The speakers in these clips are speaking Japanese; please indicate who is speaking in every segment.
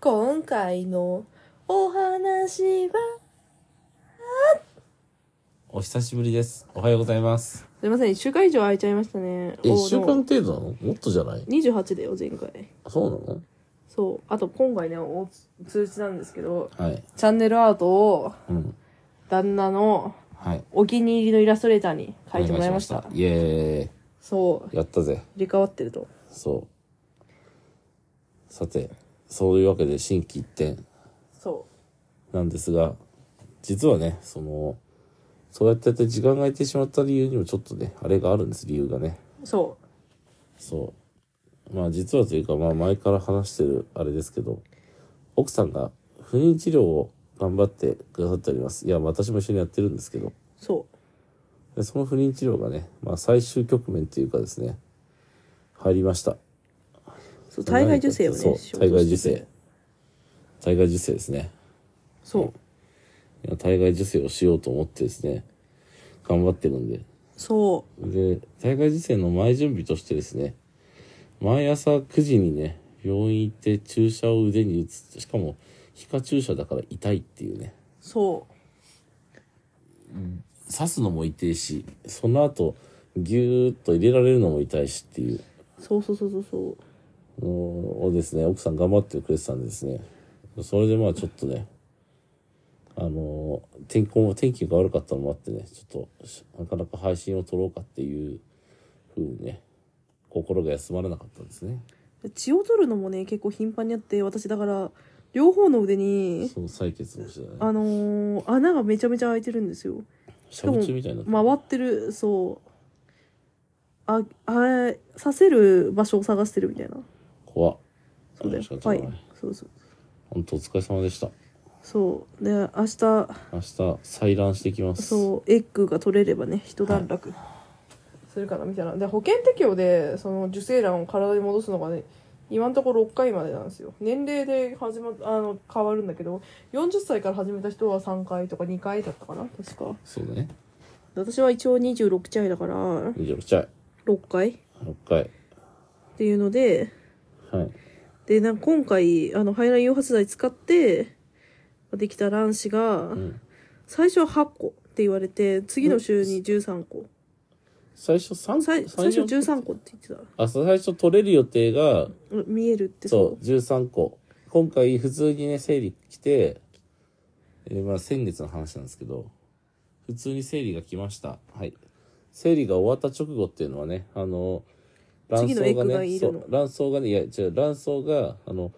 Speaker 1: 今回のお話は、
Speaker 2: お久しぶりです。おはようございます。
Speaker 1: すいません、1週間以上空いちゃいましたね。
Speaker 2: え、
Speaker 1: おー
Speaker 2: 1週間程度なのもっとじゃない
Speaker 1: 28だよ、前回。
Speaker 2: そうなの
Speaker 1: そう。あと、今回ね、お通知なんですけど、
Speaker 2: はい。
Speaker 1: チャンネルアートを
Speaker 2: うん。
Speaker 1: 旦那の
Speaker 2: はい。
Speaker 1: お気に入りのイラストレーターに書いてもらいました。
Speaker 2: お願いしまイエ
Speaker 1: そう。
Speaker 2: ーイ。やったぜ。
Speaker 1: 入れ替わってると。
Speaker 2: そう。さて、そういうわけで新規一転
Speaker 1: そ
Speaker 2: なんですが、実はね、その、そうやってやって時間が空いてしまった理由にもちょっとね、あれがあるんです、理由がね。
Speaker 1: う。そ
Speaker 2: そう。まあ実はというか、まあ前から話してるあれですけど、奥さんが不妊治療を頑張ってくださっております。いや、私も一緒にやってるんですけど、
Speaker 1: う。そう。
Speaker 2: でその不妊治療がね、まあ最終局面というかですね、入りました。
Speaker 1: そう体外受精をね、
Speaker 2: そう、体外受精。体外受精ですね。
Speaker 1: そう。
Speaker 2: いや体外受精をしようと思ってですね、頑張ってるんで。
Speaker 1: そ
Speaker 2: で、体外受精の前準備としてですね、毎朝9時にね、病院行って注射を腕に打つ。しかも、皮下注射だから痛いっていうね。
Speaker 1: う。そう。
Speaker 2: 刺すのも痛いし、その後、ぎゅーっと入れられるのも痛いしっていう
Speaker 1: そうそうそうそうそう。
Speaker 2: のをですね、奥さん頑張ってくれてたんでですね。それでまあちょっとね、あのー天候も、天気が悪かったのもあってね、ちょっとし、なかなか配信を撮ろうかっていう風にね、心が休まらなかったんですね。
Speaker 1: 血を取るのもね結構頻繁にあって私だから両方の腕に
Speaker 2: そう、採血もしてたね。
Speaker 1: あのー穴がめちゃめちゃ開いてるんですよ
Speaker 2: しゃぶちみたいになってる。
Speaker 1: 回ってるそうああさせる場所を探してるみたいな
Speaker 2: 怖っ。
Speaker 1: そうだよ
Speaker 2: 仕方
Speaker 1: は
Speaker 2: ない
Speaker 1: いそうそう
Speaker 2: ほんとお疲れ様でした。
Speaker 1: そうで明日
Speaker 2: 明日、採卵してきます。
Speaker 1: そうエッグが取れればね一段落するかなみたいなで保険適用でその受精卵を体に戻すのがね今のところ6回までなんですよ年齢で始まあの変わるんだけど40歳から始めた人は3回とか2回だったかな確か
Speaker 2: そうだね。
Speaker 1: 私は一応26歳だから6
Speaker 2: 26回。
Speaker 1: 回っ
Speaker 2: 6回。
Speaker 1: ていうので
Speaker 2: はい。
Speaker 1: でなんか今回あの排卵誘発剤使ってできた卵子が
Speaker 2: ん
Speaker 1: 最初は8個って言われて次の週に13個
Speaker 2: 最初3、
Speaker 1: 最
Speaker 2: 3
Speaker 1: 最初13個って言ってた
Speaker 2: あ、そう最初取れる予定が、
Speaker 1: うん見えるって
Speaker 2: そう、13個。今回、普通にね、生理来て、えーまあ、先月の話なんですけど、普通に生理が来ました。はい。生理が終わった直後っていうのはね、あの、卵
Speaker 1: 次
Speaker 2: 巣
Speaker 1: のエッ
Speaker 2: が
Speaker 1: グがい
Speaker 2: ね、
Speaker 1: る
Speaker 2: そ
Speaker 1: の
Speaker 2: う、卵巣がね、いや、違う、卵巣が、あの、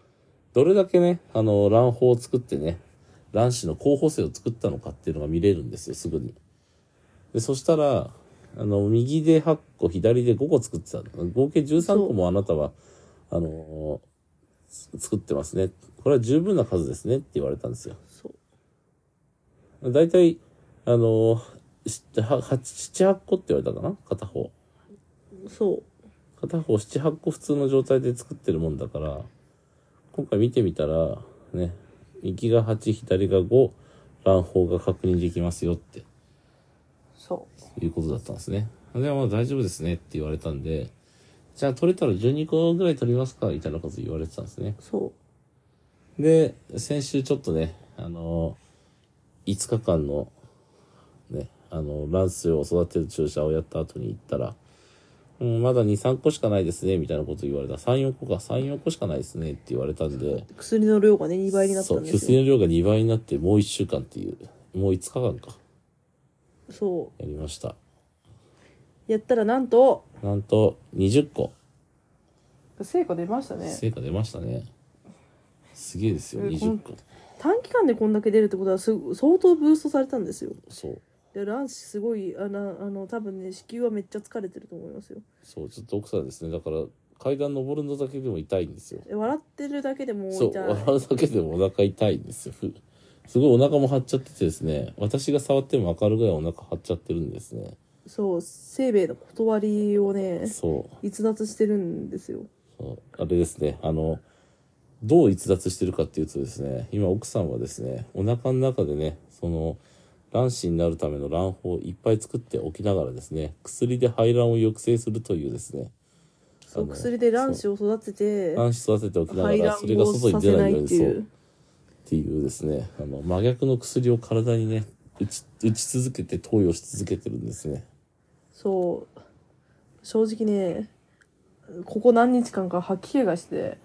Speaker 2: どれだけね、あの、卵胞を作ってね、卵子の候補性を作ったのかっていうのが見れるんですよ、すぐに。で、そしたら、あの、右で8個、左で5個作ってた。合計13個もあなたは、あの、つ作ってますね。これは十分な数ですねって言われたんですよ。
Speaker 1: そう
Speaker 2: 大体、あの、しはは7、8個って言われたかな片方。
Speaker 1: そう
Speaker 2: 片方7、8個普通の状態で作ってるもんだから、今回見てみたら、ね、右が8、左が5、卵胞が確認できますよって。
Speaker 1: そう
Speaker 2: いうことだったんですね。で、まあ大丈夫ですねって言われたんで、じゃあ取れたら12個ぐらい取りますかみたいなこと言われてたんですね。
Speaker 1: そ
Speaker 2: で、先週ちょっとね、あの、5日間の、ね、あの、卵巣を育てる注射をやった後に行ったら、うん、まだ2、3個しかないですね、みたいなこと言われた。3、4個か、3、4個しかないですね、って言われたんで、
Speaker 1: う薬の量がね2倍になった
Speaker 2: そ
Speaker 1: ん
Speaker 2: う、
Speaker 1: です
Speaker 2: 薬
Speaker 1: よ
Speaker 2: の量が2倍になって、もう1週間っていう、もう5日間か、
Speaker 1: そう
Speaker 2: やりました。
Speaker 1: やったらなんと
Speaker 2: なんと、20個。
Speaker 1: 成果出ましたね
Speaker 2: 成果出ましたねすげえですよ
Speaker 1: えー
Speaker 2: 20個
Speaker 1: 短期間でこんだけ出るってことはすご相当ブーストされたんですよ
Speaker 2: そう
Speaker 1: で卵子すごいあのあの多分ね子宮はめっちゃ疲れてると思いますよ
Speaker 2: そうちょっと奥さんですねだから階段登るのだけでも痛いんですよ
Speaker 1: え笑ってるだけでもう痛
Speaker 2: そ
Speaker 1: いう
Speaker 2: 笑うだけでもお腹痛いんですよふすごいお腹も張っちゃっててですね私が触っても分かるぐらいお腹張っちゃってるんですね
Speaker 1: そう生命の断りをね
Speaker 2: そう
Speaker 1: 逸脱してるんですよ
Speaker 2: そうあれですねあのどう逸脱してるかっていうとですね今奥さんはですねお腹の中でねその卵子になるための卵胞をいっぱい作っておきながらですね薬で排卵を抑制するというですね
Speaker 1: そう
Speaker 2: あの
Speaker 1: 薬で卵子を育てて
Speaker 2: 卵子育てておきなが
Speaker 1: 排
Speaker 2: ら
Speaker 1: 卵
Speaker 2: それが
Speaker 1: を
Speaker 2: 外
Speaker 1: さ
Speaker 2: に出
Speaker 1: せ
Speaker 2: な
Speaker 1: ない
Speaker 2: よ
Speaker 1: い
Speaker 2: う
Speaker 1: っ
Speaker 2: に
Speaker 1: て
Speaker 2: そ
Speaker 1: いう
Speaker 2: っ
Speaker 1: う
Speaker 2: ていうですねあの真逆の薬を体にね打ち打ち続けて投与し続けてるんですね
Speaker 1: そう正直ねここ何日間か吐き気がして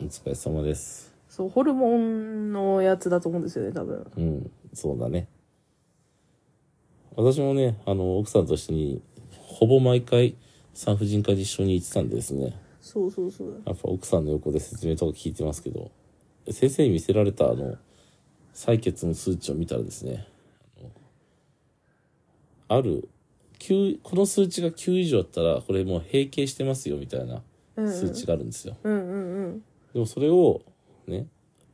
Speaker 2: お疲れ様です
Speaker 1: そうホルモンのやつだと思うんですよね多分
Speaker 2: うんそうだね私もねあの奥さんと一緒にほぼ毎回産婦人科に一緒に行ってたんでですね
Speaker 1: そうそうそう
Speaker 2: やっぱ奥さんの横で説明とか聞いてますけど、先生に見せられたあの、採血の数値を見たらですね、あのある、9この数値が9以上だったら、これもう閉経してますよみたいな
Speaker 1: うんうん
Speaker 2: 数値があるんですよ。
Speaker 1: うんうんうん
Speaker 2: でもそれを、ね、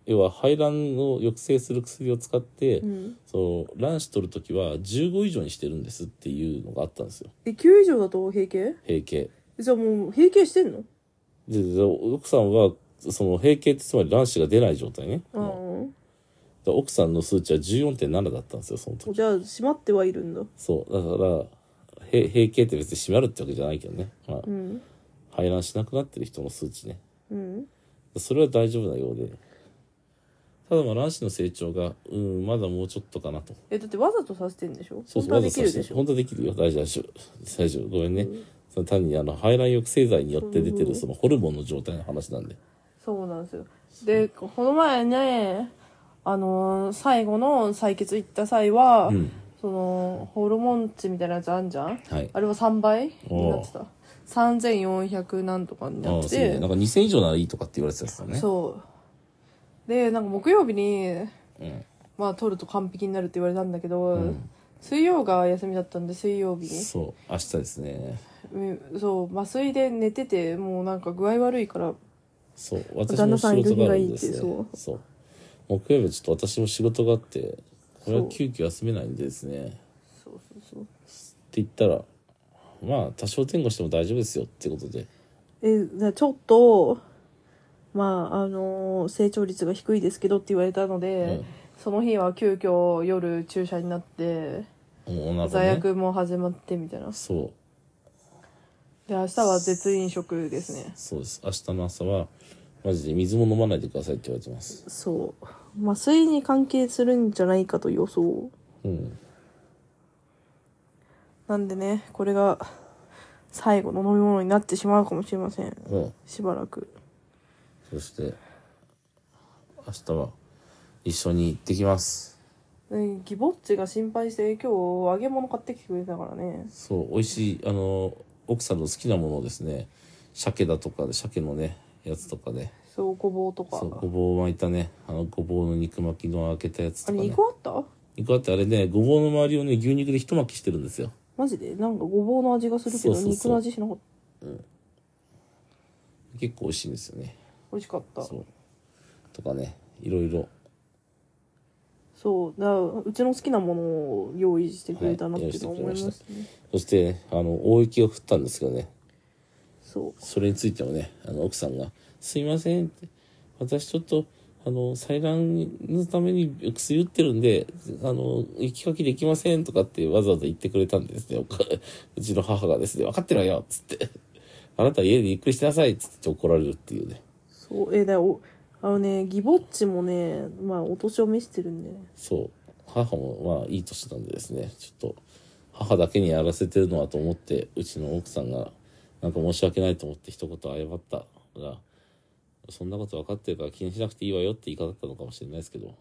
Speaker 2: 要は排卵を抑制する薬を使って、
Speaker 1: うん
Speaker 2: その卵子取るときは15以上にしてるんですっていうのがあったんですよ。
Speaker 1: え9以上だと閉経
Speaker 2: 閉経。
Speaker 1: えじゃあもう閉経してんの
Speaker 2: で、で奥さんは、その閉経ってつまり卵子が出ない状態ね。
Speaker 1: ああ
Speaker 2: だから奥さんの数値は14.7だったんですよその時
Speaker 1: じゃあ閉まってはいるんだ
Speaker 2: そうだからへ閉経って別に閉まるってわけじゃないけどね、まあ、
Speaker 1: うん
Speaker 2: 排卵しなくなってる人の数値ね
Speaker 1: うん
Speaker 2: それは大丈夫なようでただまあ卵子の成長がうんまだもうちょっとかなと
Speaker 1: えだってわざとさせてんでしょ
Speaker 2: そ
Speaker 1: 本当
Speaker 2: うそう
Speaker 1: はできるでしょ
Speaker 2: 本当はできるよ大丈夫大丈夫大丈夫ごめんね、その単にあの排卵抑制剤によって出てるそのホルモンの状態の話なんで
Speaker 1: そうなんですよでこの前ねあのー最後の採血行った際は、
Speaker 2: うん
Speaker 1: そのホルモン値みたいなやつあんじゃん
Speaker 2: はい
Speaker 1: あれは3倍になってた3400なんとかに
Speaker 2: あ
Speaker 1: な
Speaker 2: あ
Speaker 1: っ
Speaker 2: そうね
Speaker 1: て
Speaker 2: なんか2000以上ならいいとかって言われてたんですよね
Speaker 1: そうでなんか木曜日に
Speaker 2: うん
Speaker 1: まあ取ると完璧になるって言われたんだけど、
Speaker 2: うん
Speaker 1: 水曜が休みだったんで水曜日に
Speaker 2: そう明日ですね
Speaker 1: うんそう麻酔で寝ててもうなんか具合悪いから
Speaker 2: そう私も仕事がある
Speaker 1: 旦
Speaker 2: んですね
Speaker 1: 那さんいる時がいいって
Speaker 2: そう木曜日はちょっと私も仕事があってこれは
Speaker 1: そう
Speaker 2: 急遽休めないんでですね
Speaker 1: そうそうそう
Speaker 2: って言ったらまあ多少前後しても大丈夫ですよってことで
Speaker 1: えじゃあちょっとまああのー成長率が低いですけどって言われたので、
Speaker 2: うん
Speaker 1: その日は急遽夜注射になって
Speaker 2: もうなんか
Speaker 1: 座
Speaker 2: ね
Speaker 1: 薬も始まってみたいな
Speaker 2: そう
Speaker 1: で明日は絶飲食ですね
Speaker 2: そうです明日の朝はマジで水も飲まないでくださいって言われてます
Speaker 1: そう麻酔に関係するんじゃないかと予想
Speaker 2: うん
Speaker 1: なんでねこれが最後の飲み物になってしまうかもしれません
Speaker 2: うん
Speaker 1: しばらく
Speaker 2: そして明日は一緒に行ってきます
Speaker 1: うんギボッチが心配して今日揚げ物買ってきてくれたからね
Speaker 2: そう美味しいあの奥さんの好きなものをですね鮭だとかで鮭のねやつとかね
Speaker 1: そうごぼうとか
Speaker 2: そうごぼうを巻いたねあのごぼうの肉巻きの開けたやつ
Speaker 1: あ
Speaker 2: とか
Speaker 1: れ
Speaker 2: ね
Speaker 1: 2個あった
Speaker 2: 肉あってあれねごぼうの周りをね牛肉で一巻きしてるんですよ
Speaker 1: マジでなんかごぼうの味がするけど
Speaker 2: そうそうそう
Speaker 1: 肉の味しなかった
Speaker 2: 結構美味しいんですよね
Speaker 1: 美味しかった
Speaker 2: そ
Speaker 1: そう
Speaker 2: うとかねいろいろ
Speaker 1: だからうちの好きなものを用意してくれたなっていうのは思いますね、
Speaker 2: そして、あの大雪が降ったんですけどね
Speaker 1: そ
Speaker 2: それについてもねあの奥さんが「すいません」って「私ちょっとあの採卵のために薬打ってるんであの雪かきできません」とかってわざわざ言ってくれたんですねおかうちの母がですね「分かってるわよ」っつって「あなたは家でゆっくりしなさい」っつって怒られるっていうね
Speaker 1: うそうえーだからおあのねギボッチもねまあお年を召してるんでね
Speaker 2: そう母もまあいい年なんでですねちょっと母だけにやらせてるのはと思ってうちの奥さんがなんか申し訳ないと思って一言謝ったらそんなこと分かってるから気にしなくていいわよって言い方だったのかもしれないですけど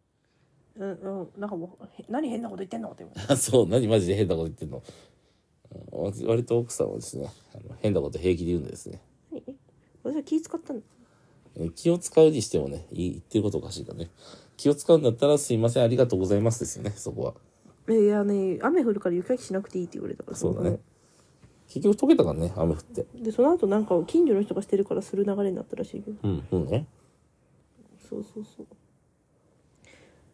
Speaker 1: うんうんなんかもうへ何変なこと言ってんのって言われて
Speaker 2: あそう何マジで変なこと言ってんのうん割と奥さんはですねあの変なこと平気で言うんでですね
Speaker 1: 私は気使ったんだ
Speaker 2: え気を使うにしてもねい言ってることおかしいからね気を使うんだったらすいませんありがとうございますですよねそこは
Speaker 1: えーいやね雨降るから雪かきしなくていいって言われたから
Speaker 2: そうだね結局溶けたからね雨降って
Speaker 1: でその後なんか近所の人がしてるからする流れになったらしいけど
Speaker 2: うんうんね
Speaker 1: そうそうそう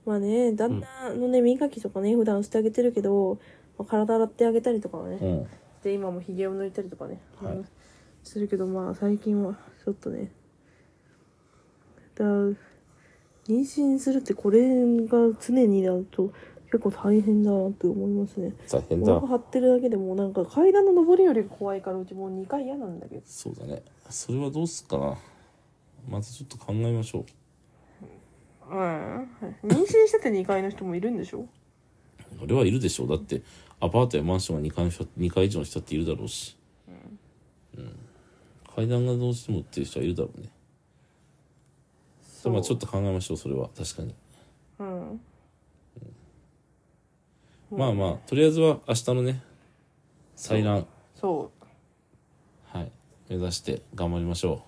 Speaker 1: まあね旦那のね磨きとかね普段してあげてるけど、まあ、体洗ってあげたりとかはね、
Speaker 2: うん
Speaker 1: で今もひげを抜いたりとかね、
Speaker 2: はい
Speaker 1: うんしてるけどまあ最近はちょっとねだ妊娠するってこれが常にだと結構大変だなって思いますね
Speaker 2: 大変
Speaker 1: お
Speaker 2: だ
Speaker 1: 腹張ってるだけでもうなんか階段の上りより怖いからうちもう2回嫌なんだけど
Speaker 2: そうだねそれはどうすっかなまたちょっと考えましょう
Speaker 1: うんはい妊娠してて2階の人もいるんでしょ
Speaker 2: 俺はいるでしょうだってアパートやマンションが2階の人二階以上の人っているだろうし、うん階段がどうしてもっていう人はいるだろうね
Speaker 1: そ
Speaker 2: まあちょっと考えましょうそれは確かに、
Speaker 1: うん
Speaker 2: まあまあとりあえずは明日のね採卵
Speaker 1: そう
Speaker 2: はい目指して頑張りましょ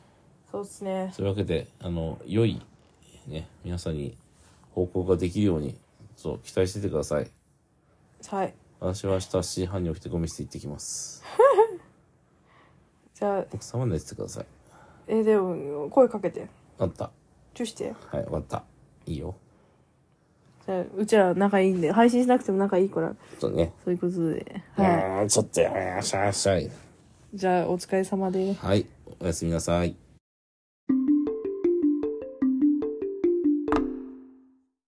Speaker 1: そうっすね
Speaker 2: うそういうわけであの良いね皆さんに報告ができるようにそう期待しててください
Speaker 1: はい
Speaker 2: 私は明日7時半に起きてゴミ捨て行ってきます
Speaker 1: じゃあ
Speaker 2: 奥様寝ててください
Speaker 1: えでも声かけて
Speaker 2: あった
Speaker 1: チューして
Speaker 2: はいわかったいいよ
Speaker 1: じゃあうちら仲いいんで配信しなくても仲いいから
Speaker 2: ちょっとね
Speaker 1: そういうことでは
Speaker 2: あーちょっとやめなさい。
Speaker 1: いじゃあお疲れ様です
Speaker 2: はい、おやすみなさい。